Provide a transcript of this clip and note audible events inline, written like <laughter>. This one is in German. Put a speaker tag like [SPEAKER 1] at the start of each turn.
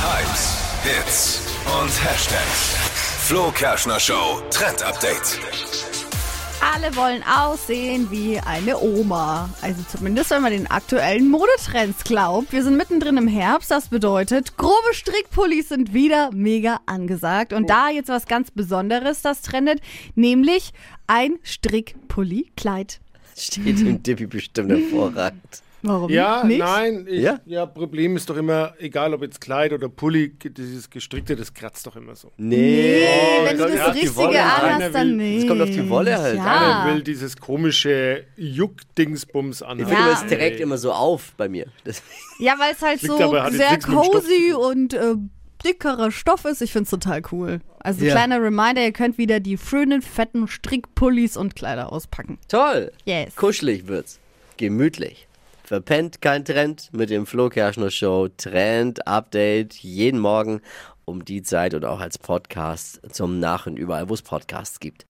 [SPEAKER 1] Hypes, Hits und Hashtags. Flo Kerschner Show Trend Update.
[SPEAKER 2] Alle wollen aussehen wie eine Oma. Also zumindest, wenn man den aktuellen Modetrends glaubt. Wir sind mittendrin im Herbst. Das bedeutet, grobe Strickpullis sind wieder mega angesagt. Und da jetzt was ganz Besonderes, das trendet, nämlich ein Strickpulli-Kleid. <laughs>
[SPEAKER 3] Steht dem Dippy bestimmt hervorragend.
[SPEAKER 2] Warum
[SPEAKER 4] Ja,
[SPEAKER 2] Hm? nicht?
[SPEAKER 4] nein. Ich,
[SPEAKER 3] Ja?
[SPEAKER 4] ja? Problem ist doch immer, egal ob jetzt Kleid oder Pulli, dieses Gestrickte, das kratzt doch immer so.
[SPEAKER 2] Nee, wenn
[SPEAKER 3] Oh, das
[SPEAKER 2] du
[SPEAKER 3] kommt
[SPEAKER 2] das
[SPEAKER 3] auf die
[SPEAKER 2] Richtige
[SPEAKER 3] Wolle an.
[SPEAKER 4] Einer
[SPEAKER 2] anhast, dann
[SPEAKER 4] will-
[SPEAKER 2] nicht. Ah.
[SPEAKER 3] Das kommt auf die Wolle halt an.
[SPEAKER 2] Ja.
[SPEAKER 4] Er will dieses komische Juck-Dingsbums an.
[SPEAKER 3] Ich
[SPEAKER 2] Ja.
[SPEAKER 3] finde das direkt immer so auf bei mir. Das,
[SPEAKER 2] Ja, weil es halt
[SPEAKER 4] Liegt
[SPEAKER 2] so
[SPEAKER 4] aber, hat jetzt
[SPEAKER 2] sehr
[SPEAKER 4] nichts mit dem Stoff
[SPEAKER 2] cozy und äh, dickerer Stoff ist. Ich find's total cool. Also
[SPEAKER 3] Ja.
[SPEAKER 2] kleiner Reminder, ihr könnt wieder die schönen, fetten Strickpullis und Kleider auspacken.
[SPEAKER 3] toll.
[SPEAKER 2] Yes.
[SPEAKER 3] Kuschelig wird's. Gemütlich. Verpennt kein Trend mit dem Flo Kerschner Show Trend Update jeden Morgen um die Zeit und auch als Podcast zum Nach und überall, wo es Podcasts gibt.